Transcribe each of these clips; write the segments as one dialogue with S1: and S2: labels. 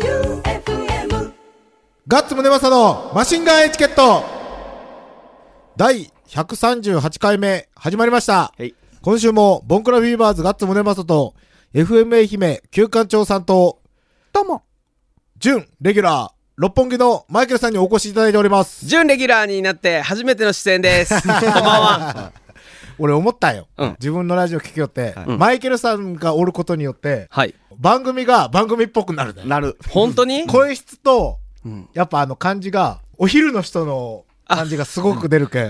S1: J-O-E-U-F-M
S2: ガッツムネマサのマシンガンエチケット第138回目始まりました。
S3: はい。
S2: 今週もボンクラフィーバーズガッツムネマサと FM 愛媛旧館長さんと
S3: どうも。
S2: 準レギュラー六本木のマイケルさんにお越しいただいております。
S3: 準レギュラーになって初めての出演です。こんばんは。
S2: 俺思ったよ。
S3: うん
S2: 自分のラジオ聞きよって、
S3: い
S2: マイケルさんがおることによって
S3: はい。
S2: 番組が番組っぽくなるね。
S4: なる。
S3: 本当に
S2: 声質と
S3: うん
S2: やっぱあの感じがお昼の人の感じがすごく出るけん。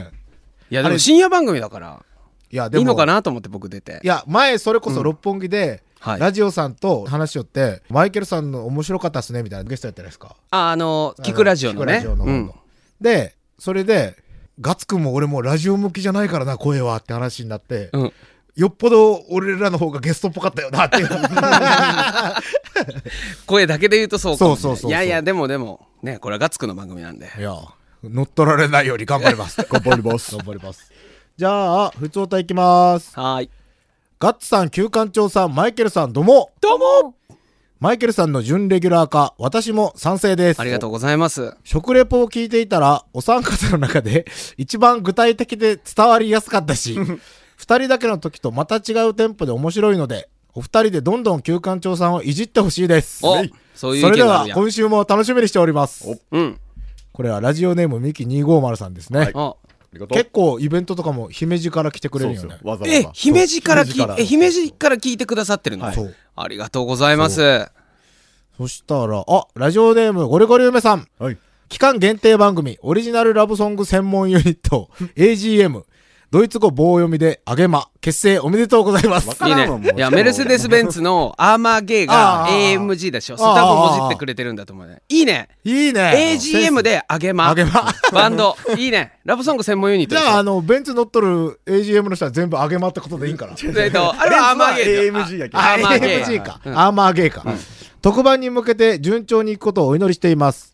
S3: いや、で
S2: あ
S3: も
S2: れ
S3: 深夜番組だから、
S2: いやでも
S3: いいのかなと思って僕出て
S2: い。や、前、それこそ六本木で、
S3: はい
S2: ラジオさんと話しよって、マイケルさんの面白かったっすね、みたいなゲストやったじゃないですか。
S3: あ、あの、聞くラジオのね。
S2: 聞くラジオの方の
S3: うん
S2: で、それで、ガッツくんも俺もラジオ向きじゃないからな、声はって話になって、
S3: うん。
S2: よっぽど俺らの方がゲストっぽかったよな、って いう。
S3: 声だけで言うとそうかもしれ
S2: そうそう
S3: ない。
S2: そうそう
S3: いやいや、でもでも、ね、これはガッツくんの番組なんで。
S2: いや、乗っ取られないように頑張り ます。頑張ります。頑張ります。じゃあ、普通歌いきます。
S3: はーい。
S2: ガッツさん、旧館長さん、マイケルさん、どうも。
S3: どうも
S2: マイケルさんの準レギュラー化、私も賛成です。
S3: ありがとうございます。
S2: 食レポを聞いていたら、お三方の中 で一番具体的で伝わりやすかったし、二人だけの時とまた違うテンポで面白いので、お二人でどんどん旧館長さんをいじってほしいです。
S3: お
S2: はい
S3: そういう意
S2: それ
S3: 見
S2: で
S3: があ
S2: は
S3: るやん。
S2: 今週も楽しみにしております。
S3: うん。
S2: これはラジオネームミキ250さんですね。
S3: あ
S4: ありがとう。
S2: 結構イベントとかも姫路から来てくれ
S4: そう
S2: るよ
S4: ですよ
S2: ね。。
S4: わざわ
S3: え
S4: ざ、。
S3: 姫路から聞
S2: 姫路から
S3: い、え、姫路から聞いてくださってるの
S2: そう
S3: ありがとうございます。
S2: そしたら、あ、ラジオネームゴリゴリ梅さん。
S4: はい。
S2: 期間限定番組、オリジナルラブソング専門ユニット、AGM、ドイツ語棒読みで、あげま、結成おめでとうございます。
S4: わか
S3: いい
S4: らん
S3: ね
S4: わもう。
S3: いや、メルセデス・ベンツのアーマーゲー
S2: あ
S3: が
S2: ー
S3: AMG だし、それ
S2: あー
S3: 多分もじってくれてるんだと思うね。いいね
S2: いいね。
S3: !AGM であげま
S2: あげ ま。
S3: バンド。いいねラブソング専門ユニット
S2: じ
S3: でしょ。
S2: ゃあ、あの、ベンツ乗っとる AGM の人は全部あげまってことでいいんかな。
S3: えっと、あれはアーマーゲーだよ。
S4: AMG やけど。
S3: あアーマーゲー
S2: AMG か。アーマーゲーか。特番に向けて順調に行くことをお祈りしています。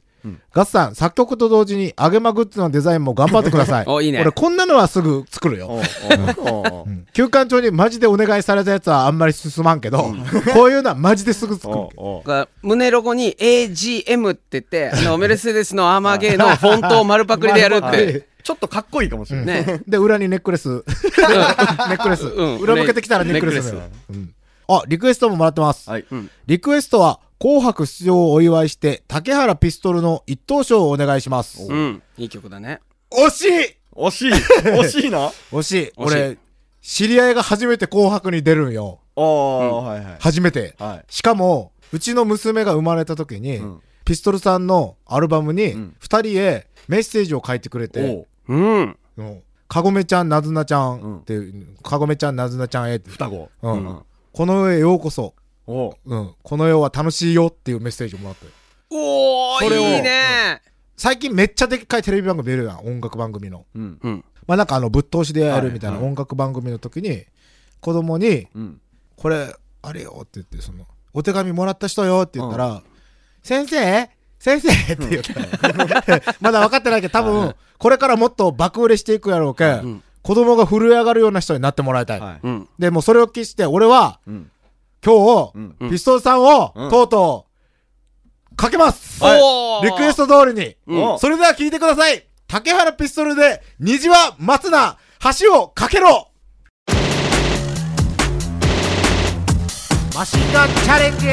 S2: ガッツさん、作曲と同時に、あげまグッズのデザインも頑張ってください。
S3: おいいね
S2: 俺、こんなのはすぐ作るよ。
S4: うんうん
S2: 休館長にマジでお願いされたやつはあんまり進まんけど、こういうのはマジですぐ作る。
S4: うんうん
S3: が胸ロゴに AGM って言って、あの、メルセデスのアーマーゲーのフォントを丸パクリでやるっ
S2: 丸パク
S3: て。
S2: リ
S4: ちょっとかっこいいかもしれない。
S3: ね。
S2: で、裏にネックレス。ネックレス。
S3: うん
S2: 裏向けてきたらネックレスだよ
S3: ネック
S2: うんあ、リクエストももらってます。
S4: はい。うん
S2: リクエストは、紅白出場をお祝いして、竹原ピストルの一等賞をお願いします。
S3: うん。いい曲だね。
S2: 惜しい
S4: 惜しい。惜しいな。あ
S2: 惜しい。俺、知り合いが初めて紅白に出るんよ。
S4: あ、はいはい。
S2: 初めて。
S4: はい。
S2: しかも、うちの娘が生まれた時に、
S4: ん
S2: ピストルさんのアルバムに、
S4: ん
S2: 二人へメッセージを書いてくれて、
S4: お
S3: う
S4: う
S3: ん。
S2: うんかごめちゃん、なずなちゃん
S4: ん
S2: っていう、かごめちゃん、なずなちゃんへって、
S4: 双子。
S2: うんこの世へようこそ、
S4: お
S2: う
S4: う
S2: ん、この世は楽しいよっていうメッセージをもらったよ
S3: お
S2: そ
S3: ー、
S2: れを
S3: いいね
S2: 最近めっちゃでっかいテレビ番組出るやん、音楽番組の。
S4: うん。
S3: うん。
S2: まあなんかあの、ぶっ通しでやるみたいな
S4: はいは
S2: 音楽番組の時に、子供に、
S4: うん。
S2: これ、あれよって言って、その、お手紙もらった人よって言ったら、先生先生って言ったよ まだ分かってないけど、多分、これからもっと爆売れしていくやろうけ、ん
S3: ん、
S2: 子供が震え上がるような人になってもらいたい。
S4: はい。
S3: うん。
S2: で、もうそれを期して、俺は、
S4: うん。
S2: 今日、
S4: うん。
S3: うん
S2: ピストルさんを、
S4: うん
S2: とうとう、かけます、
S3: おー
S2: リクエスト通りに、
S3: うん
S2: それでは聞いてください竹原ピストルで、虹は松菜、橋をかけろマシンガンチャレンジ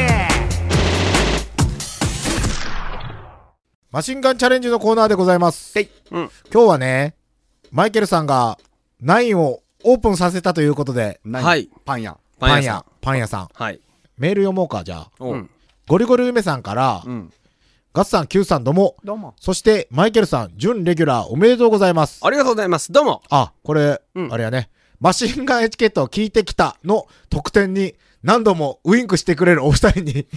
S2: マシンガンチャレンジのコーナーでございます。
S3: うん。
S2: 今日はね、マイケルさんが、ナインをオープンさせたということで、
S4: 何
S3: はい。
S4: パン屋。
S2: パ
S3: パ
S2: ン
S3: ン屋さん
S2: 屋、パン屋さん。
S3: はい。
S2: メール読もうか、じゃあ。
S4: お
S3: う。
S4: うん
S2: ゴリゴリ梅さんから、
S4: うん。
S2: ガッツさん、Q さん、どうも。
S4: どうも。
S2: そして、マイケルさん、準レギュラー、おめでとうございます。
S3: ありがとうございます。どうも。
S2: あ、これ、
S3: うん
S2: あれやね。マシンガンエチケットを聞いてきたの特典に何度もウインクしてくれるお二人 に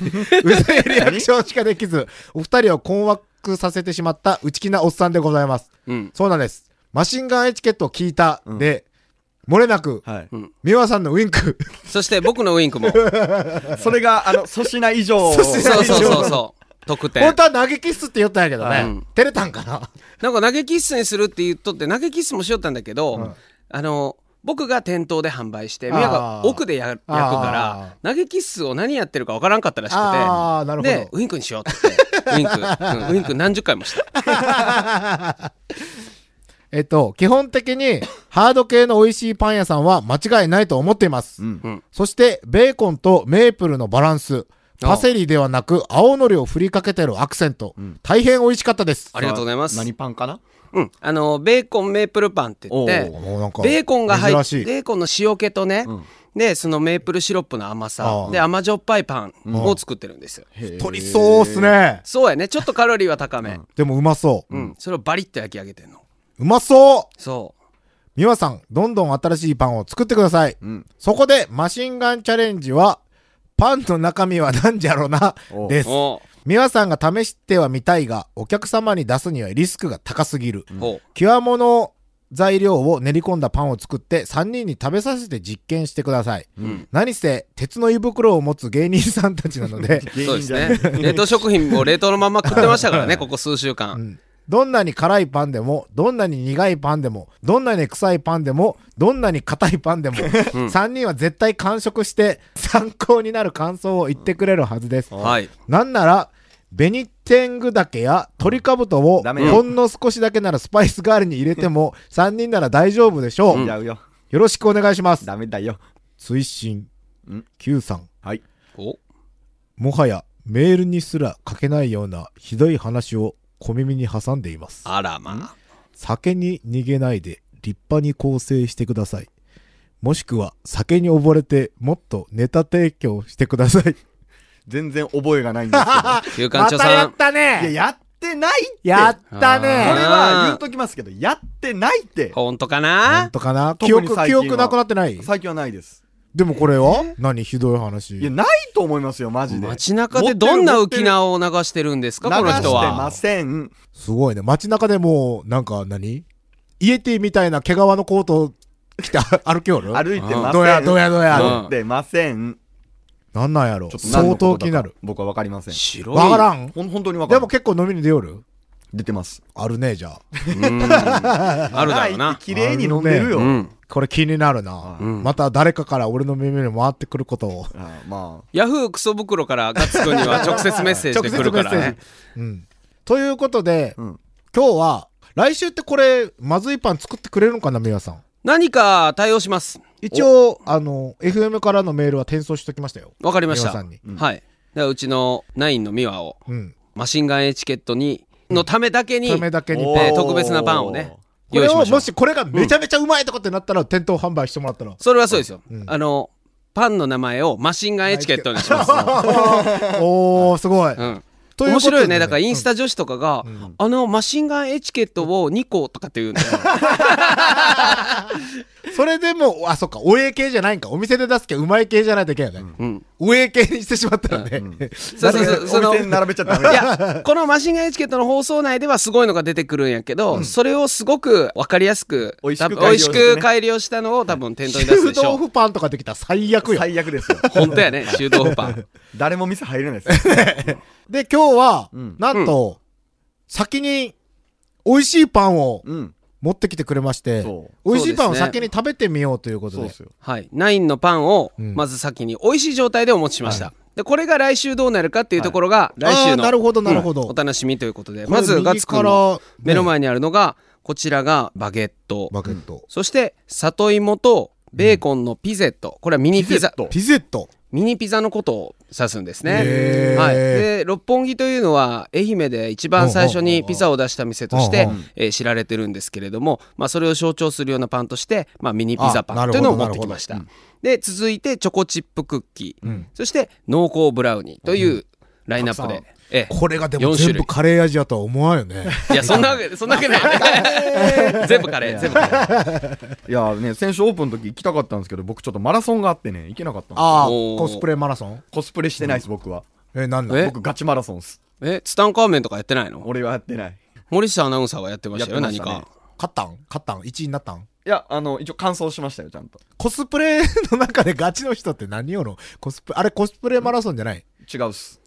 S2: 嘘やリアクションしかできず、お二人を困惑させてしまった内気なおっさんでございます。
S3: うん。
S2: そうなんです。マシンガンエチケットを聞いたで、漏れなく、
S4: はい。
S2: 美和さんのウインク。
S3: そして僕のウイン クも。
S4: それが、あの、粗品以上。
S2: 粗品
S3: そうそうそうそう。得点。
S2: 本当は投げキッスって言ったんやけどね。
S3: うん
S2: 照れたんかな
S3: なんか投げキッスにするって言っとって、投げキッスもしよったんだけど、あの、僕が店頭で販売して、みやが奥でや焼くから、投げキッスを何やってるかわからんかったらしくて、
S2: あーなるほど
S3: で、ウインクにしようって 言って、ウインク、うんウインク何十回もした。
S2: えっと、基本的に ハード系の美味しいパン屋さんは間違いないと思っています。
S4: うん
S3: うん
S2: そして、ベーコンとメープルのバランス、
S3: あ
S2: パセリではなく青のりを振りかけてるアクセント、
S4: ん
S2: 大変美味しかったです。
S3: ありがとうございます
S4: 何パンかな
S3: うん。あの、ベーコンメープルパンって言って
S4: お、
S2: もうなんか
S3: ベーコンが入っ
S2: 珍
S3: て、
S2: しい。
S3: ベーコンの塩気とね、
S4: うん
S3: で、そのメープルシロップの甘
S2: あ
S3: さ
S2: ー、
S3: で、甘じょっぱいパンを作ってるんですよ。
S2: 太りそうっすね。
S3: そうやね。ちょっとカロリーは高め。
S2: でもうまそう。
S3: うん。それをバリッと焼き上げてんの。
S2: うまそう
S3: そう。
S2: 美和さん、どんどん新しいパンを作ってください。
S4: うん
S2: そこで、マシンガンチャレンジは、パンの中身は何じゃろうな
S4: お、
S2: です。
S3: お
S2: 美和さんが試してはみたいが、お客様に出すにはリスクが高すぎる。
S3: うおう
S2: 極物材料を練り込んだパンを作って3人に食べさせて実験してください。
S3: ん
S2: 何せ、鉄の胃袋を持つ芸人さんたちなの で、
S4: 芸
S3: そう
S4: 人
S3: です
S4: じゃな
S3: ね。
S4: い
S3: 冷凍食品も冷凍のまま食ってましたからね、ここ数週間。
S2: どんなに辛いパンでも、どんなに苦いパンでも、どんなに臭いパンでも、どんなに硬いパンでも、3人は絶対完食して、参考になる感想を言ってくれるはずです。
S3: はい。
S2: なんなら、ベニテングダケや鳥かぶとを
S4: ダメよ
S2: ほんの少しだけならスパイス代わりに入れても3人なら大丈夫でしょう、
S4: 違
S2: よ
S4: うよ
S2: ろしくお願いします
S4: ダメだよ
S2: 推進
S4: ん
S2: Q さん
S4: はい
S3: お
S2: もはやメールにすら書けないようなひどい話を小耳に挟んでいます
S3: あらま
S2: 酒に逃げないで立派に構成してくださいもしくは酒に溺れてもっとネタ提供してください
S4: 全然覚えがないんですけど
S3: あ。休館長さん。
S2: た
S4: いや
S2: ね
S4: やってないって
S2: やった
S4: こ
S3: あ
S4: れ
S2: ね
S4: は言うときますけどやってないって
S3: 本当か
S2: 本
S3: な
S2: 当かな記
S4: 特に
S2: 憶
S4: 最
S2: 記
S4: 近は
S2: 憶なくなってない
S4: 最近はないです
S2: でもこれは何ひどい
S4: いや
S2: 話
S4: ないと思いますよマジで
S3: 街中でどんな浮き名を流してるんですか、この人
S4: 流してま
S3: は。
S4: せん
S2: すごいね街中でもうなんか何イエティみたいな毛皮のコート着て 歩きおる
S4: 歩いてません
S2: どうやどうやどうや
S3: うん
S4: 歩いてません
S2: なんなんやろ
S4: ちょっと
S2: 相
S4: 何のことだ
S2: 当
S4: か
S2: 気になる
S4: 僕は分かりません
S3: 白い。
S2: わからん
S4: ほん本当に分か
S2: で
S4: る
S2: も結構飲みに出よる
S4: 出てます
S2: あるねじゃあ
S3: うんあるだろう
S4: いっ
S3: な
S4: て。綺麗に飲んでるよ、
S3: うん。
S2: これ気になるな、
S3: うん
S2: また誰かから俺の耳に回ってくることを
S4: あまあ
S3: ヤフークソ袋からガッツくんには直接メッセージで来るから
S2: 直接メッ
S3: ね
S2: セ。うんということで、
S4: うん
S2: 今日は来週ってこれまずいパン作ってくれるのかな皆さん
S3: 何か対応します。
S2: 一応あの FM からのメールは転送しときましたよ
S3: わかりました。
S2: 美和
S3: は
S2: さんに
S3: い。だからうちのナインのミワを
S2: うん
S3: マシンガンエチケットに、のためだけに、
S2: ためだけに
S4: お
S2: パン
S3: えー特別なパンをね、
S2: こ
S3: 用
S2: れ
S3: 意しま
S2: を
S3: しょ
S2: も
S3: う。
S2: しこれがめちゃめちゃうまいとかってなったら店頭販売してもらったら
S3: それはそうですよ
S2: ん。
S3: あの、パンの名前をマシンガンエチケットにします。
S2: おーすごい、
S3: うん。
S2: ということで
S3: 面白いよね。だからインスタ女子とかが
S2: ん、
S3: あの、マシンガンエチケットを2個とかって言う のよ。
S2: それでもあそっかおえ系じゃないんかお店で出すけどうまい系じゃないといけないよね、
S3: うん。
S2: おえ系にしてしまったらね、
S3: そうそうそう。そ
S4: お
S3: の
S4: 店に並べちゃダメ
S3: いや、このマシンガンエチケットの放送内ではすごいのが出てくるんやけど、それをすごくわかりやすく、
S4: 美味しく
S3: 多分
S4: 改
S3: 美
S4: 良
S3: 味
S4: し
S3: して
S4: ね
S3: く改良したのを多分店頭に出す
S2: 臭
S3: でしょ
S2: 豆
S3: う。
S2: 腐パンとかできたら最悪よ
S4: 最悪ですよ
S3: 本当やね、シュートオーパー。
S4: 誰も店入れないですよ
S2: で今日は、
S4: うん
S2: なんと、先に美味しいパンを
S4: うん
S2: 持ってきてくれまして
S4: そう
S2: 美味しいパンを
S3: そうです
S2: 先
S3: ね
S2: に食べてみようということ
S4: そう
S2: で
S4: ですよ
S3: はい。ナインのパンを、
S2: うん
S3: まず先に美味しい状態でお持ちしました。で、これが来週どうなるかっていうところが、来週
S2: あー
S3: の、
S2: なるほどなるほど
S3: うんお楽しみということで、
S2: これ
S3: まずガッツくん
S2: 右から
S3: の
S2: ね
S3: 目の前にあるのが、こちらがバゲット。
S2: バケット、
S3: そして、里芋とベーコンのピゼット。これはミニピザ。
S2: ピゼット
S3: ミニピザのことを指すんです
S2: へー
S3: ね。はい、で六本木というのは愛媛で一番最初にピザを出した店として
S2: うんうんうん
S3: えー知られてるんですけれども、まあ、それを象徴するようなパンとして、まあ、ミニピザ
S2: あな
S3: パン
S2: る
S3: とい
S2: ほ
S3: う
S2: ど
S3: のを持ってきました。で続いてチョコチップクッキー、そして濃厚ブラウニーというラインナップで。ええ
S2: これがでも
S3: 四種
S2: 全
S3: 類
S2: 部カレー味やとは思わんよね
S3: いやそんなわけそんな わけない 全部カレー全部カレー
S4: いやね先週オープンの時行きたかったんですけど僕ちょっとマラソンがあってね行けなかったんです
S2: ああ
S3: おー
S2: コスプレマラソン
S4: コスプレしてないです僕は
S2: えなんだ
S3: え
S4: 僕ガチマラソンっす
S3: えツタンカーメンとかやってないの
S4: 俺はやってない
S3: 森下アナウンサーはやってましたよ
S4: やっ
S3: 何
S4: てましたね
S3: か
S2: 勝ったん勝ったん1位になったん
S4: いやあの一応完走しましたよちゃんと
S2: コスプレの中でガチの人って何よのコスプレあれコスプレマラソンじゃない
S4: 違うっす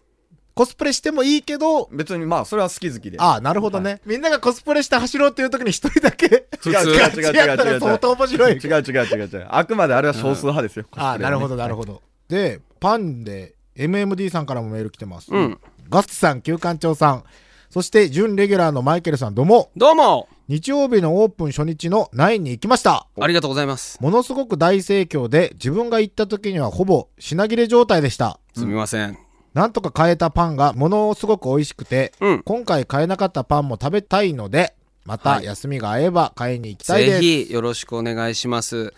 S2: コスプレしてもいいけど、
S4: 別にまあそれは好き好きで
S2: ああ、なるほどね、みんながコスプレして走ろうっていう時に一人だ け、
S4: 違う 違う
S2: ガ
S4: 違
S2: チ
S4: う違う違う
S2: やったら相当面白い。
S4: 違う違う違う違うあくまであれは少数派ですよ、
S2: ああ、なるほど、なる
S4: ど
S2: ほど。で、パンで、MMD さんからもメール来てます。
S3: うん。
S2: ガッツさん、旧館長さん、そして、準レギュラーのマイケルさん、どうも、
S3: どうも
S2: 日曜日のオープン初日の9に行きました。
S3: ありがとうございます。
S2: ものすごく大盛況で、自分が行った時にはほぼ品切れ状態でした。
S3: すみません。
S2: なんとか買えたパンがものすごく美味しくて、
S3: うん。
S2: 今回買えなかったパンも食べたいので、また
S3: はい
S2: 休みが合えば買いに行きたいで
S3: ぜ
S2: す。
S3: ひよろしくお願いします。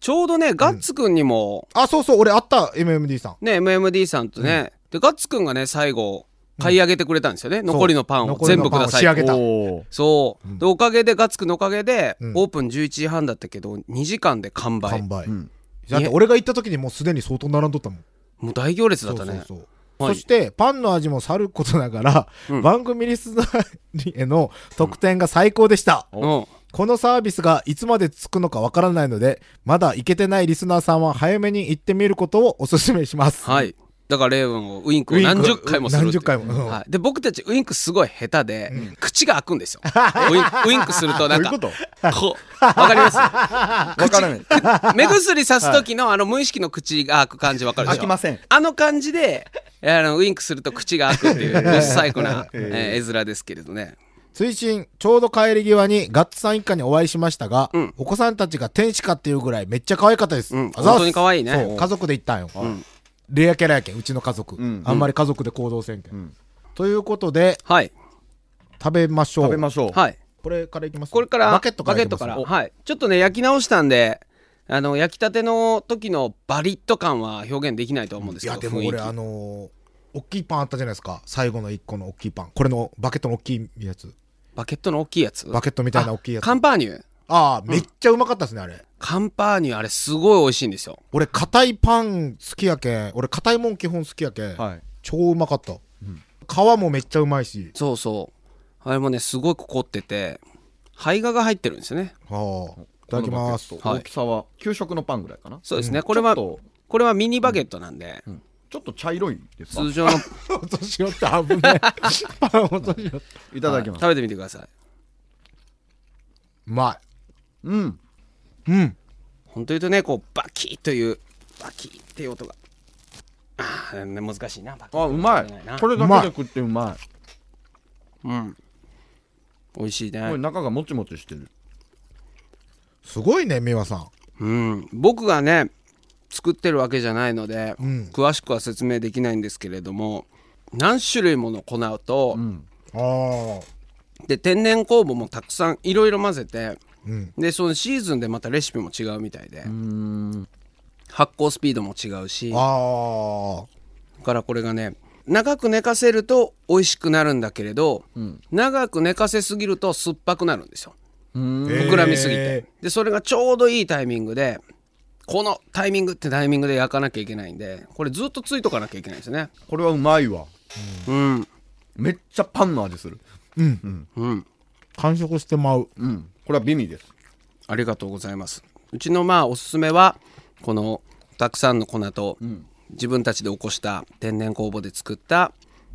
S3: ちょうどね、ガッツくんにも、
S2: あ、そうそう、俺あった、MMD さん。
S3: ね、MMD さんとね、で、ガッツくんがね、最後、買い上げてくれたんですよね。残りのパンを
S2: そう
S3: 全部ください
S2: 残
S3: っ
S2: り
S3: て。
S2: のパンを仕上げた。
S4: おー
S3: そう、で、おかげで、ガッツくんのおかげで、
S2: うん
S3: オープン11時半だったけど、2時間で完売。
S2: 完売。
S4: ん
S2: だって俺が行った時にもうすでに相当並んどったもん。
S3: もう大行列だった
S2: そ
S3: ね。
S2: うそうそう
S3: は
S2: そ
S3: い
S2: してパンの味もさることながら、
S3: うん
S2: 番組リスナーへの特典が最高でした、
S3: うん。
S2: このサービスがいつまでつくのかわからないのでまだ行けてないリスナーさんは早めに行ってみることをお勧めします
S3: はい。だから、レイブンをウインクを何十回もするってい
S2: 何十
S3: う
S2: 回もうん
S3: はい。で、僕たちウインクすごい下手で、口が開くん ですよ。ウインウインクすると、
S4: ど
S3: な
S4: うんいう
S3: か、
S4: こと
S3: こう、わかり ます
S4: わからない
S3: 目薬さす時のあの無意識の口が開く感じわかるでしょ
S4: 開きません
S3: あの感じであのウインクすると口が開くって いうぶっ最高な、えー絵面ですけれどね
S2: 追伸ちょうど帰り際にガッツさん一家にお会いしましたが、
S3: うん
S2: お子さんたちが天使かっていうぐらいめっちゃ可愛かったです、
S3: うん
S2: あざっす
S3: 本当に可愛いね
S2: そう
S3: うん
S2: 家族で行ったんよ、
S3: ん
S2: レアキャラやけんうちの家族、
S4: うん
S2: あんまり家族で行動せんけん、
S4: ん
S2: ということで
S3: はい
S2: 食べましょう
S4: 食べましょう
S3: はい
S2: これからいきます
S3: これから
S2: バケットから
S3: バ
S2: い
S3: ケッ
S2: きま
S3: ト
S2: す
S3: からはいちょっとね焼き直したんであの焼きたての時のバリッと感は表現できないと思うんです
S2: い
S3: け
S2: や
S3: ど
S2: でも
S3: 雰囲気
S2: 俺あのー大きいパンあったじゃないですか最後の一個の大きいパンこれのバケットの大きいやつ
S3: バケットの大きいやつ
S2: バケットみたいな大きいやつ
S3: カンパーニュ
S2: ああめっちゃうまかったですねあれ
S3: カンパーニュあれすごい美味しいんですよ
S2: 俺硬いパン好きやけん俺硬いもん基本好きやけん、
S4: はい
S2: 超うまかった、皮もめっちゃうまいし
S3: そうそうあれもねすごい凝ってて胚芽が入ってるんですよね
S2: はあいただきます
S4: このバケット大きさは給食のパンぐらいかな
S3: そうですね、これは
S4: ちょっ
S3: これはミニバゲットなんで、
S4: とちょっと茶色いですか
S3: 通常の
S2: 落とし寄って危ねえパン落とし寄って
S4: いただきます
S3: 食べてみてくださいう
S2: ま
S4: うん
S2: いうん
S3: 本当言うとねこうバキッというバキッっていう音があーね難しいなバキッ
S4: あうま
S3: うまい
S4: いこれだけで食ってうまい
S3: うん美味しい
S4: これ
S3: ね
S4: 中がもちもちしてる
S2: すごいね美和さん
S3: うん僕がね作ってるわけじゃないので、
S2: うん
S3: 詳しくは説明できないんですけれども何種類もの粉と、
S4: うん
S2: ああ
S3: で天然酵母もたくさんいろいろ混ぜて
S2: うん
S3: でそのシーズンでまたレシピも違うみたいで、
S4: うん
S3: 発酵スピードも違うし
S2: ああ
S3: だからこれがね長く寝かせると美味しくなるんだけれど、
S4: ん
S3: 長く寝かせすぎると酸っぱくなるんですよ
S4: うん
S2: へー
S3: 膨らみすぎて、でそれがちょうどいいタイミングでこのタイミングってタイミングで焼かなきゃいけないんでこれずっとついとかなきゃいけないんですよね
S4: これはうまいわ
S3: うん
S4: めっちゃパンの味する
S3: うん
S2: 完食してまう
S4: うんこれは美味です
S3: ありがとうございますうちのまあおすすめはこのたくさんの粉と、自分たちで起こした天然酵母で作った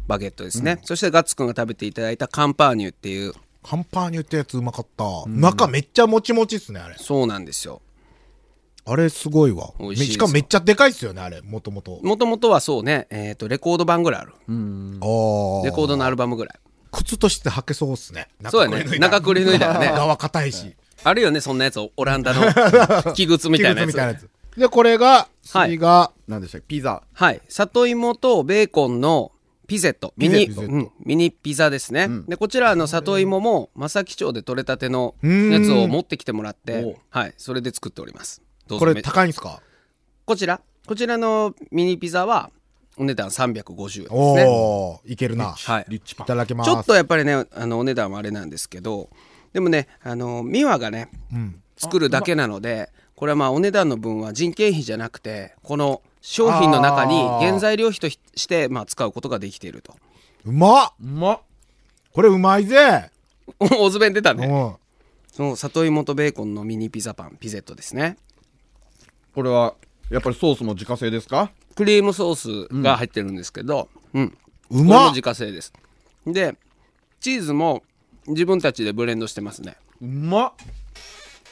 S3: バゲットですね、そしてガッツくんが食べていただいたカンパーニュっていう
S2: カンパーニュってやつうまかった、中めっちゃもちもちっすねあれ
S3: そうなんですよ
S2: あれすごいわ
S3: 美味しいですよ
S2: しかもめっちゃでかいっすよねあれもともと
S3: もともとはそうね、えー、とレコード版ぐらいある
S2: ああ
S3: レコードのアルバムぐらい
S2: 靴として履けそうっすね
S3: そうだね中くり抜いたらね
S2: 側硬いし
S3: あるよねそんなやつオランダ の器物みたい
S2: 器
S3: なや
S2: 具み
S3: つ
S2: たいなやつでこれが
S3: はい
S2: 次が
S4: 何でしたっけピザ
S3: はい里芋とベーコンのピゼットミニ
S2: ピゼット
S3: うんミニピザですね、でこちらあの里芋も正木町で採れたての
S2: ん
S3: やつを持ってきてもらっ
S4: お
S3: て
S4: う
S3: はいそれで作っておりますどう
S2: こ
S3: ぞ
S2: れ
S3: め
S2: 高いんすか
S3: こちらこちらのミニピザはお値段350円ですね
S2: おおいけるな
S3: はい
S4: リッチパ
S2: いただきま
S3: ち
S2: す
S3: ょっとやっぱりねあのお値段はあれなんですけどでもねあの美和がね、作るだけなのでこれはまあお値段の分は人件費じゃなくてこの商品の中に
S2: あー
S3: 原材料費としして、まあ、使うことができていると
S2: うまっ
S4: ンうまっ
S2: これうまいぜ
S3: おずべん出た
S2: う
S3: ね
S2: ん
S3: その里芋とベーコンのミニピザパンピゼットですね
S4: これはやっぱりソースも自家製ですか
S3: クリームソースが入ってるんですけど、うん
S2: う
S3: これも
S2: まっ
S3: 自家製ですでチーズも自分たちでブレンドしてますね
S4: うまっ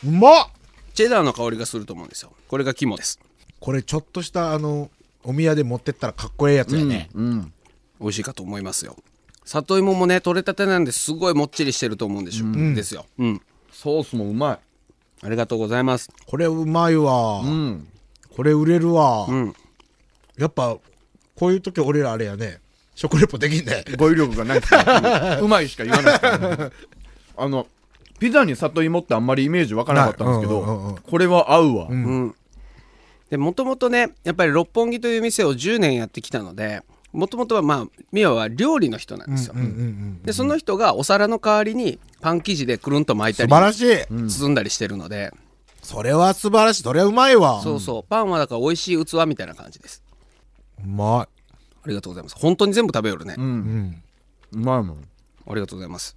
S2: うまっ
S3: チェダーの香りがすると思うんですよこれが肝です
S2: これちょっとしたあのお宮で持ってったらかっこええやつやね、
S4: うん
S3: 美味しいかと思いますよ里芋もね取れたてなんですごいもっちりしてると思うんでしょ、ですようん
S4: ソースもうま
S3: ありがとうございます
S2: これうまいわ、
S4: いうん
S2: これ売れるわ、
S3: ん
S2: やっぱこういう時俺らあれやね食レポできんね
S4: 語彙力がないですね うまいしか言わないですからねあのピザに里芋ってあんまりイメージわからなかったんですけ
S2: な
S4: ど、
S2: いうんうんうんうん
S4: これは合うわ、
S3: うん、でもともとねやっぱり六本木という店を10年やってきたのでもともとはまあ美和は料理の人なんですよ、でその人がお皿の代わりにパン生地でくるんと巻いた
S2: 素
S3: り
S2: 晴らしい、
S3: 包んだりしてるので、
S2: それは素晴らしいそれはうまいわ
S3: そうそうパンはだから美味しい器みたいな感じです
S2: うま
S3: ありがとうございます本当に全部食べよるね、
S2: い、うん、
S4: うまいもん
S3: ありがとうございます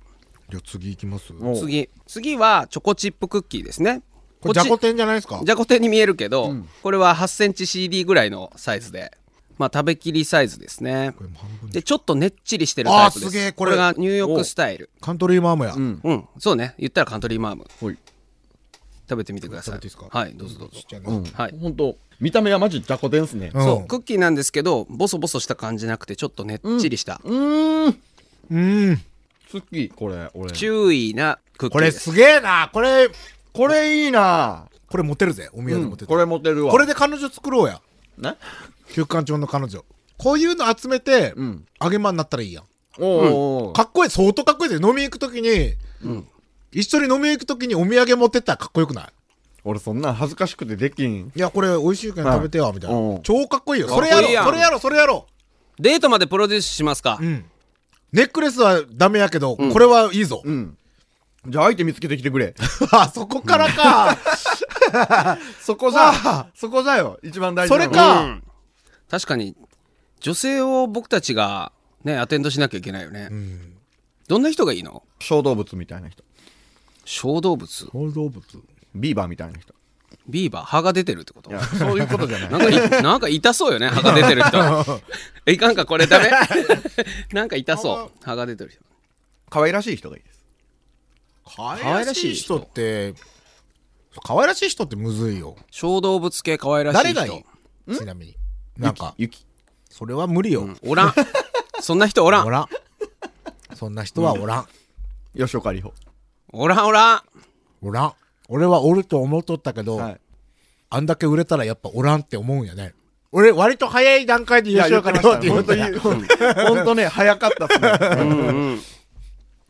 S2: じゃあ次行きます
S4: おう
S3: 次次はチョコチップクッキーですね
S2: これじゃこ天じゃないですか
S3: じゃこ天に見えるけど、これは8センチ CD ぐらいのサイズで、まあ、食べきりサイズですねでちょっとねっちりしてるタイプです
S2: あーすげえこ
S3: こ
S2: れ
S3: れがニューヨークスタイル
S2: カントリーマームや、
S4: ん
S3: うんそうね言ったらカントリーマーム
S4: ほい
S3: 食べてみてください
S2: 食べていいですか
S3: はいどうぞどうぞ
S2: ちっちゃいな、
S4: うん
S3: はい
S4: ほんと見た目はマジじゃこ天っすね
S2: うん
S3: そうクッキーなんですけどボソボソした感じなくてちょっとねっちりした、
S4: うーん
S2: うん
S4: 好きこれ俺
S3: 注意なクッキ
S2: こ
S3: ー
S2: れ
S3: です
S2: すげえなこれ
S4: これいいな
S2: これモテるぜお宮でモテる、
S4: これモテるわ
S2: これで彼女作ろうや
S4: ね
S2: 休館長の彼女こういうの集めて、
S4: うん
S2: 揚げまになったらいいやん
S4: おーおー
S2: かっこいい相当かっこいいですよ飲み行く時に、一緒に飲み行く時にお土産持ってったらかっこよくない
S4: 俺そんなん恥ずかしくてできん
S2: いやこれ美味しいから食べてよみたいな、
S4: うん
S2: 超かっこいいよ
S3: かっ
S2: そ
S3: こい
S2: れ
S3: い
S2: や
S3: やん
S2: ろそれやろそれやろ
S3: デートまでプロデュースしますか、
S2: うんネックレスはダメやけど、これはいいぞ、
S4: うんじゃあ相手見つけてきてくれ
S2: あそこからか、
S4: そこ
S2: わ
S4: だそこだよ一番大事
S2: そ
S4: なの
S2: れか、
S3: うん確かに女性を僕たちがねアテンドしなきゃいけないよね、どんな人がいいの
S4: 小動物みたいな人
S3: 小動物
S2: 小動物
S4: ビーバーみたいな人
S3: ビーバー歯が出てるってこと
S4: いや
S3: な
S4: そういうことじゃない
S3: んかいなんか痛そうよね歯が出てる 人えいかんかこれダメなんか痛そう歯が出てる人
S4: 可愛らしい人がいいです
S2: 可
S3: 愛
S2: 愛ら
S3: ら
S2: し
S3: し
S2: い
S3: い
S2: 人
S3: 人
S2: って可愛らしい人ってむずいよ
S3: 小動物系可愛らしい
S2: 誰
S3: 人
S2: がいいちなみになんか
S4: ゆき
S2: それは無理よ、
S3: うんおらんそんな人おら
S2: お
S3: ん
S2: らんそんな人はおらん、
S4: 吉岡里帆
S3: おらんおらん
S2: おらん俺はおると思っとったけど、
S4: はい
S2: あんだけ売れたらやっぱおらんって思うんやね俺割と早い段階で優勝かなって言う
S4: 本
S2: た
S4: 当
S2: ら
S4: に本当ね早かったっすね
S3: うんうん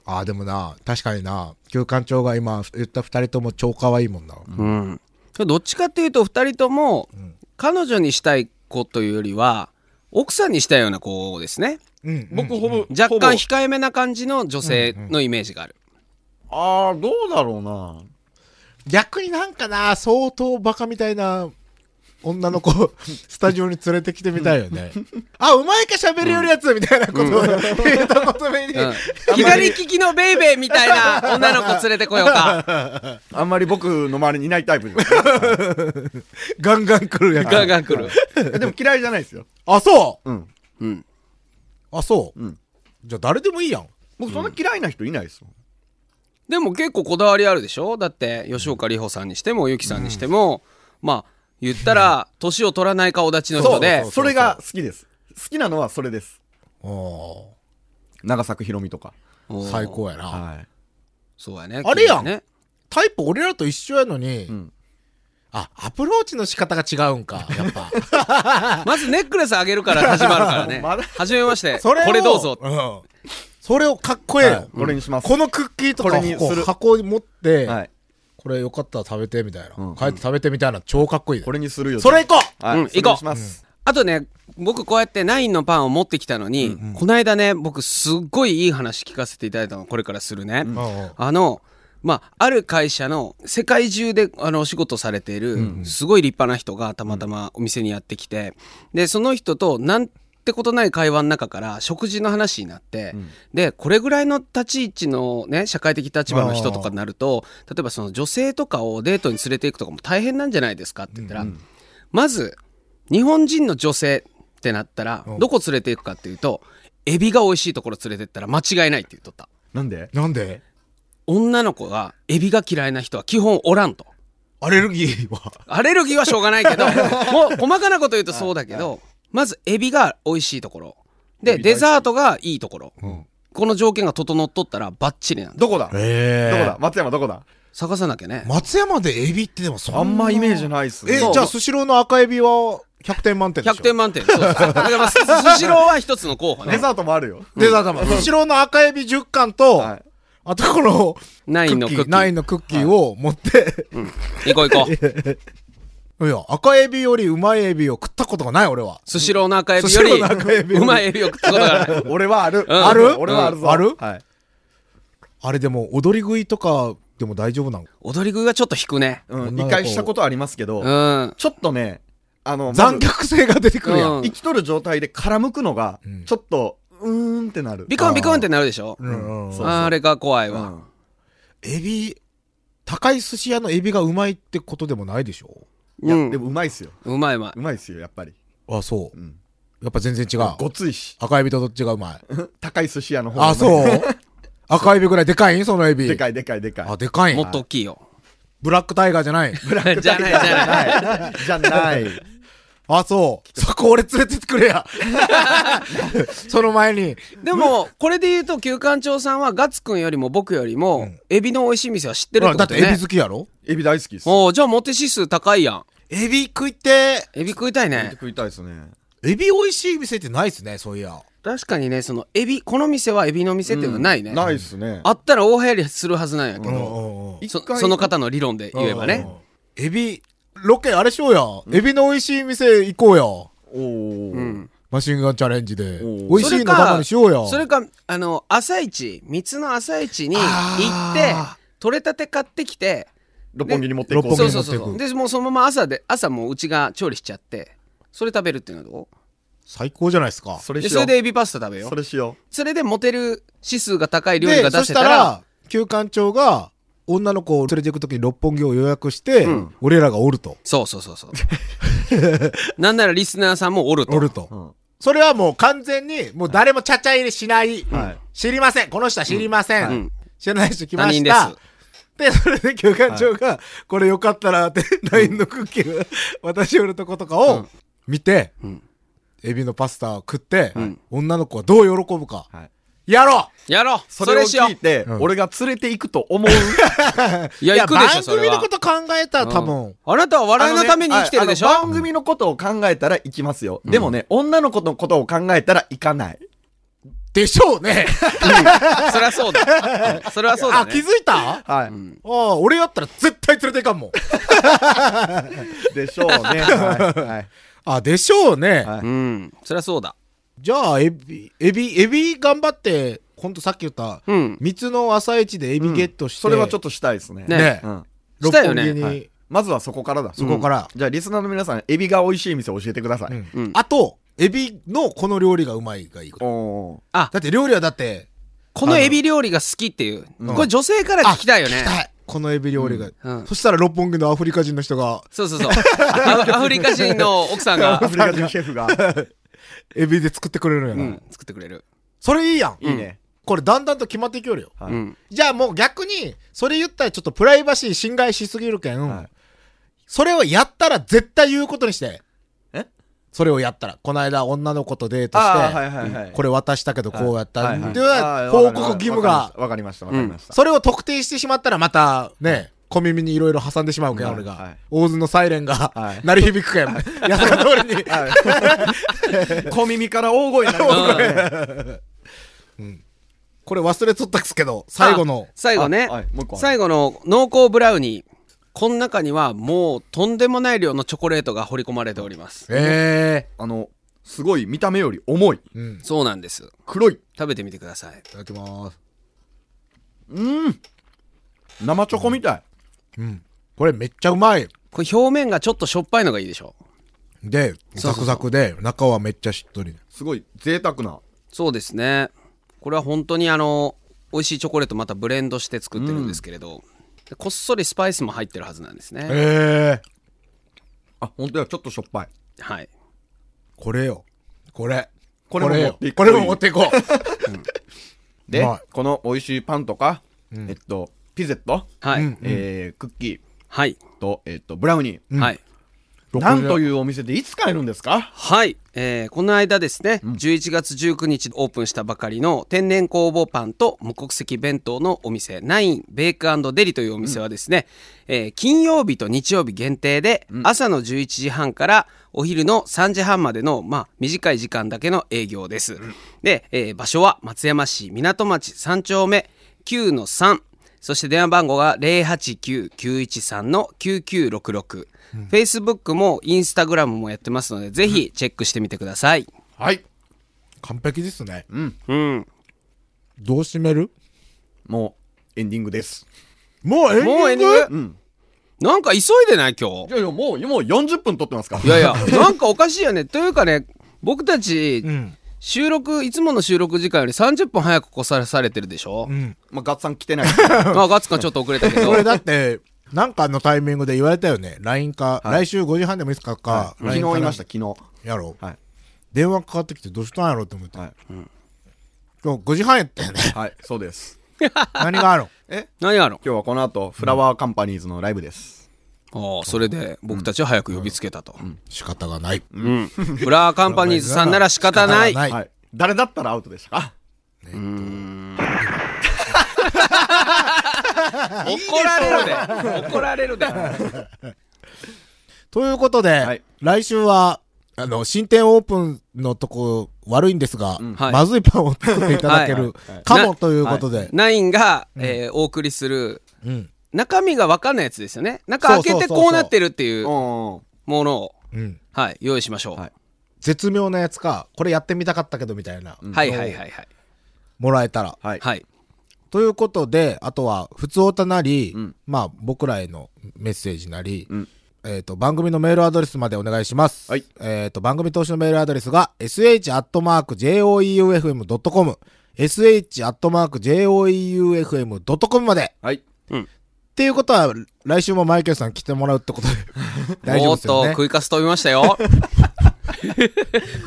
S2: ああでもな確かにな旧館長が今言った二人とも超可愛いもんな、
S3: うん、どっちかっていうと2人とも彼女にしたい子というよりは奥さんにしたいような子ですね
S2: うん
S4: 僕ほぼ
S3: 若干
S4: ほ
S3: 控えめな感じの女性のイメージがある、
S4: ぼああどうだろうな
S2: 逆になんかな相当バカみたいな女の子スタジオに連れてきてみたいよねあうまいか喋れよるやつみたいなことを言うたことめに、
S3: うん左利きのベイベーみたいな女の子連れてこようか
S4: あんまり僕の周りにいないタイプです
S2: ガンガン来るやつ
S3: ガンガン来る、
S4: えでも嫌いじゃないですよ
S2: あそう
S4: うん
S3: うん、
S2: あそう、
S4: うん
S2: じゃあ誰でもいいやん
S4: 僕そんな嫌いな人いないですよ
S3: でも結構こだわりあるでしょだって吉岡里帆さんにしてもゆきさんにしても、まあ言ったら年を取らない顔立ちの人で
S4: それが好きです好きなのはそれです
S2: お
S4: 長作ひろみとか
S3: お
S2: ー
S3: ー
S2: 最高やな、
S4: はい
S3: そうやね
S2: あれやん
S3: ね
S2: タイプ俺らと一緒やのに、
S4: ん
S2: あアプローチの仕方が違うんかやっぱ
S3: まずネックレスあげるから始まるから ね
S4: まだ
S3: 初めまして
S2: それを
S3: これどうぞ
S2: うん、それをかっこええよ、
S4: はいこれにします
S2: このクッキーとか
S4: これにす
S2: こ
S4: る
S2: う箱に持って、
S4: はい
S2: これよかったら食べてみたいな、
S4: うん
S2: 帰って食べてみたいな超かっこいいで
S4: これにするよ
S2: それ行こう
S4: はい
S3: うん
S4: それに
S3: 行こう
S4: します
S3: あとね、僕こうやってナインのパンを持ってきたのに、この間ね、僕すっごいいい話聞かせていただいたの、これからするね。
S2: んうん
S3: あの、まあ、ある会社の世界中であのお仕事されているすごい立派な人がたまたまお店にやってきてでその人となんてことない会話の中から食事の話になって、でこれぐらいの立ち位置の、ね、社会的立場の人とかになると例えばその女性とかをデートに連れていくとかも大変なんじゃないですかって言ったら、まず日本人の女性ってなったらどこ連れていくかっていうとエビが美味しいところ連れてったら間違いないって言っとった
S4: なんで
S2: なんで
S3: 女の子がエビが嫌いな人は基本おらんと
S2: アレルギーは。
S3: アレルギーはしょうがないけどもう細かなこと言うとそうだけどまずエビが美味しいところでデザートがいいところ、この条件が整っとったらバッチリなんだ
S4: どこだどこ
S2: え
S4: だ松山どこだ
S3: 探さなきゃね
S2: 松山でエビってでもそんな
S4: あんまイメージないっすね
S2: え、じゃあスシローの赤エビは100点満点でしょ
S3: 100点満点そうそうだからまあススシローは一つの候補
S4: デ
S3: ね
S4: ザートもあるよ
S2: で、だから、スシローの赤エビ10巻と、
S4: はい
S2: あとこの、
S3: ナインのクッキー
S2: ナインのクッキーを持って、
S3: 行こう行こう
S2: い、や、赤エビよりうまいエビを食ったことがない、俺は。
S3: スシローの赤エビ
S2: スシ
S3: よ
S2: ローの赤エビ
S3: り
S2: より
S3: うまいエビを食ったことがな い
S4: 俺はある
S3: ん
S2: ある
S4: 俺はある
S2: うん
S4: ぞ
S2: ある
S4: はい
S2: あれでも、踊り食いとかでも大丈夫なの
S3: 踊り食いはちょっと引くね
S4: う
S2: 女
S4: ん
S2: の子
S4: 一回したことありますけ
S3: う
S4: ど
S3: ん
S4: ちょっとねあのまず
S2: 残虐性が出てくるやん。
S3: うん
S4: 生きとる状態で絡むくのが
S2: ん
S4: ちょっとうーんってなる
S3: ビクンビクンってなるでしょ
S2: うんうん
S4: そう
S3: あれが怖いわ、
S4: うん
S2: エビ、高い寿司屋のエビがうまいってことでもないでしょ
S4: いや
S3: うん
S4: でもうまいっすよ
S3: うまいうまいう
S4: まいっすよやっぱり
S2: あ、そう。
S4: ん
S2: やっぱ全然違う。
S4: ごついし
S2: 赤エビとどっちがうまい。
S4: 高い寿司屋の方が
S2: あ、そう赤エビぐらいでかいんそのエビ。
S4: でかいでかいでかい
S2: あ、でかいん
S3: もっと大きいよ
S2: ブラックタイガーじゃない。
S3: じゃないじ ゃない
S4: はいじゃない
S2: あ、そう。そこ俺連れてってくれや。 その前 に。
S3: でもこれで言うと旧館長さんはガッツくんよりも僕よりもエビの美味しい店は知ってるって
S2: だ
S3: こ
S2: っ
S3: と
S2: て
S3: ね
S2: エビ好きやろ
S4: エビ大好きっす
S3: おうじゃあモテ指数高いやん
S2: エビ食いて、
S3: エビ食いたいね
S4: 食いたいっすね
S2: エビ美味しい店ってないっすね、そういや。
S3: 確かにねそのエビこの店はエビの店っていうのはないね、
S4: ないっすね
S3: あったら大流行りするはずなんやけ
S2: う
S3: ど、
S2: んうんうん
S3: そ
S4: 一回
S3: その方の理論で言えばね、
S2: エビ、ロケあれしようや。エビの美味しい店行こうや。
S4: お
S3: う
S4: お
S3: ん、
S2: マシンガンチャレンジで。
S4: ん
S2: 美味しいの我慢しようや。
S3: それかあの朝市三つの朝市に行って
S2: あ
S3: 取れたて買ってきて
S4: 六本木に持っていこう
S2: 六
S3: そう
S2: 本木
S3: そうそうそ
S2: 持
S3: う
S2: って
S3: でもうそのまま朝で朝もううちが調理しちゃってそれ食べるっていうのはど
S2: 最高じゃないですか。
S4: そうれ
S3: で
S4: し
S3: そ
S4: よ
S3: れ
S4: う
S3: でエビパスタ食べよ
S4: そうれしよ
S3: それでモテる指数が高い料理
S2: で、
S3: が出
S2: そ
S3: せ
S2: したた
S3: ら
S2: ら、旧館長が、女の子を連れて行くときに六本木を予約して
S3: ん、
S2: 俺らがおると。
S3: そうそうそうそう なんならリスナーさんもおると
S2: おる
S4: うう
S2: と。
S4: ん
S2: それはもう完全に、もう誰もちゃちゃ入れしない。
S4: はい
S2: 知りません。この人は知りません。
S3: うん
S2: 知らない人来
S3: 他
S2: まし
S3: 人で
S2: た。
S3: す
S2: で、それで教官長が、これよかったらって、LINE のクッキー、私売るとことかを見て、
S3: ん
S2: エビのパスタ食って、
S3: ん
S2: 女の子はどう喜ぶか。
S4: はい
S2: やろ
S3: やろうそ
S4: それを
S3: れしよ
S4: 聞いて
S2: うん
S4: 俺が連れて行くと 思う
S3: ういうや行くでしょ
S2: 番
S3: それ
S2: 組の
S3: は
S2: こと考えたら多
S3: う
S2: 分
S3: ん、あなたは笑いのために生きてるでしょ
S4: あのねはいあの番組のことを考えたら行きますよ。でもね、女の子のことを考えたら行かない。
S2: でしょうね。
S3: そりゃそうだ。うんそれは そうだ、
S2: あ、
S3: ね。
S2: 気づい たあ
S4: はい。
S2: あ、俺やったら絶対連れていかんもん。
S4: でしょうね。 はいはい。
S2: あ、でしょうね。
S4: はい
S3: うん。そりゃそうだ。
S2: じゃあ、エビ、エビ、エビ頑張って、ほんとさっき言った、
S3: うん。
S2: 三つの朝市でエビゲットして、
S4: それはちょっ
S2: っ
S4: としたいですね。
S3: ね
S2: ね
S4: う、ん。
S3: し
S2: 六
S3: たよね
S2: 本木に、
S4: はいまずはそこからだ。
S2: そこから、
S4: じゃあ、リスナーの皆さん、エビが美味しい店教えてください。
S2: うん
S3: うん
S2: あと、エビのこの料理がうまいがいいこと。
S4: お
S2: だって料理はだって、
S3: このエビ料理が好きっていう。
S4: うん
S3: これ女性から聞きたいよね。
S2: このエビ料理が、
S3: うんうん
S2: そしたら六本木のアフリカ人の人が、
S3: そうそうそう。あアフリカ人の奥さん
S4: ー
S3: が
S4: ア、フリカ人シェフが。
S2: エビで作ってくれるんや
S3: う
S2: な、
S3: ん、作ってくれる。
S2: それいいやん。
S4: いいね。
S2: これだんだんと決まっていきよるよ。
S4: は
S3: う
S4: い
S3: ん。
S2: じゃあもう逆に、それ言ったらちょっとプライバシー侵害しすぎるけん、
S4: はい
S2: それをやったら絶対言うことにして。
S4: え
S2: それをやったら、この間女の子とデート
S4: あ
S2: し
S4: あ、
S2: て、
S4: はいはいはい。
S2: これ渡したけどこうやった。
S4: はいはい
S2: では、報告義務が、
S4: わかりました、わかりました。
S2: それを特定してしまったらまたね、小耳にいろいろ挟んでしまうけん、
S4: はい
S2: 俺が。
S4: はい
S2: 大津のサイレンが、
S4: はい
S2: 鳴り響くけん。安田通りに。
S4: 小耳から大声になりますからね
S2: これ忘れとったっすけど、最後の
S3: あ。最後ね
S4: あはいもう一個あ。る
S3: 最後の濃厚ブラウニー。この中にはもうとんでもない量のチョコレートが彫り込まれております。
S2: え
S4: あの、すごい見た目より重い。
S2: えうん。い
S3: そうなんです。
S4: 黒い。
S3: 食べてみてください。
S2: ただきます。
S4: 生チョコみたい。
S2: これめっちゃうまい。
S3: これ表面がちょっとしょっぱいのがいいでしょ
S2: で、ザクザクで、中はめっちゃしっとり。
S4: すごい贅沢な。
S3: そうですねこれは本当にあの美味しいチョコレートまたブレンドして作ってるんですけれど、でこっそりスパイスも入ってるはずなんですね
S2: ええ
S4: あ、本当だ、ちょっとしょっぱい。
S3: はい
S2: これよ。これ。
S4: これも持っていく
S2: これも持 っていこう。
S4: で、
S2: はい
S4: この美味しいパンとか、えっとピゼット、
S3: はい、
S4: えークッキ
S3: はい、
S4: ーと,、えっとブラウニー、
S3: はい
S4: なんというお店でいつ買えるんですか
S3: はい、えーこの間ですね、11月19日オープンしたばかりの天然工房パンと無国籍弁当のお店ナインベークデリというお店はですね、えー金曜日と日曜日限定で、朝の11時半からお昼の3時半までの、まあ、短い時間だけの営業です、で、えー場所は松山市港町3丁目9の3そして電話番号が089913の9966。Facebook も Instagram もやってますので、ぜひチェックしてみてください。
S4: はい
S2: 完璧ですね。
S3: うん。
S2: どう締める
S4: もうエンディングです
S2: もうエンディング
S3: もうエンディング、なんか急いでない今
S4: い
S3: 日。
S4: やいやもうもう40分撮ってますから
S3: いやいや、なんかおかしいよね。というかね、僕たち、
S2: ん
S3: 収録、いつもの収録時間より30分早くこさされてるでしょ、
S4: まあ、ガッツさん来てない
S3: まあ、ガッツカちょっと遅れたけど
S2: こ。れだって、なんかのタイミングで言われたよね。LINE か、来週5時半でもいいですかか、
S4: 昨日
S2: LINE か
S4: いました昨日
S2: やろう、
S4: はい
S2: 電話かかってきてどうしたんやろうって思って。
S4: はい、
S2: 今日5時半やったよね。
S4: はい、そうです
S2: 何があるん
S3: 何やろ
S4: 今日はこの後フラワーカンパニーズのライブです、
S3: ああ、それで僕たちは早く呼びつけたと。
S2: 仕方がない。
S3: うん。フラワーカンパニーズさんなら仕方ない。
S2: 仕方が
S4: はい、誰だったらアウトでしたか
S3: 怒られるで。怒られるで。
S2: ということで、
S4: はい
S2: 来週は、あの、新店オープンのとこ悪いんですが、
S3: はい
S2: まずいパンを作っていただける
S4: はいはい
S2: かもということで、
S3: ナインが、えーお送りする
S2: うん、
S3: 中身が分かんないやつですよね中開け
S2: そうそ
S3: て
S2: うそうそう
S3: こうなってるっていううんものを、
S2: うん。
S3: はい、用意しましょう、
S4: はい
S2: 絶妙なやつか、これやってみたかったけどみたいな、
S3: はいはいはいはい
S2: もらえたら。
S4: はい、
S3: はい
S2: ということで、あとは、普通おたなり、
S4: ん
S2: まあ、僕らへのメッセージなり、
S4: ん
S2: えっ、と、番組のメールアドレスまでお願いします。
S4: はい
S2: えっ、と、番組投資のメールアドレスが、sh.joeufm.com、sh.joeufm.com まで。
S4: はい
S2: っていうことは、来週もマイケルさん来てもらうって ことで、大丈夫
S3: お
S2: で
S3: っ
S2: すよ
S3: と
S2: ね。
S3: 食いかす飛びましたよ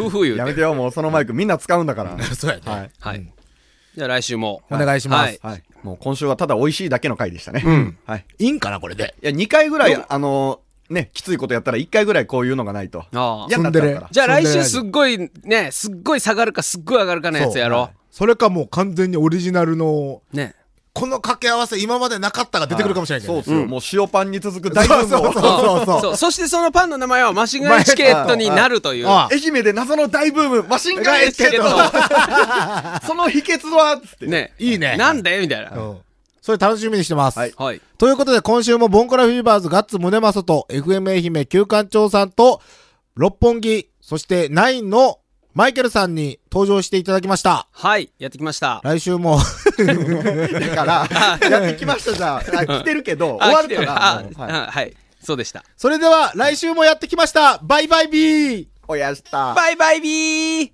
S3: ふふ言
S4: や
S3: う
S4: め
S3: て
S4: てよもうそのマイクみんな使うんだから
S2: そうやね。
S4: は
S3: は
S4: い
S3: いじゃあ来週も
S2: お願いします
S3: はい
S4: はい。もう今週はただ美味しいだけの回でしたね。はい。
S2: い、いんかな、これで。
S4: いや、2回ぐらい、あのーね、きついことやったら1回ぐらいこういうのがないと。
S3: ああ
S4: 嫌になっちゃうから。
S3: じゃあ来
S2: そんでな
S3: 週
S2: い
S3: すっごいねすっごい下がるかすっごい上がるかのやつやろ
S2: それかもう完全にオリジナルの、
S3: うね
S2: この掛け合わせ今までなかったが出てくるかもしれないけど、
S4: そう
S2: ね
S4: っ。すよ。もう塩パンに続く大
S2: そう
S4: 文
S2: そうそう
S4: 豪。
S2: そうそう
S3: そうそしてそのパンの名前はマシンガンエチケットになるという
S2: ああ
S4: 愛媛で謎の大ブーム、マシンガンエ
S3: エ
S4: チケ
S3: チケ
S4: ッ
S3: ッ
S4: ト。
S3: ト
S4: その秘訣はつって。。
S3: ね
S2: いいね
S3: なんでみたいな、
S2: うん。それ楽しみにしてます。
S4: はい
S3: はい
S2: ということで、今週もボンコラフィーバーズガッツムネマソと、FM 愛媛旧館長さんと、六本木、そしてナインのマイケルさんに登場していただきました。
S3: はいやってきました
S2: 来週も、
S4: だ から、やってきましたじゃあ。あ来てるけど、終わるから
S3: あ。来てる
S4: も
S3: あ
S4: うはい
S3: あはい。そうでした。
S2: それでは来週もやってきましたバイバイビー
S4: おやした。
S3: バイバイビー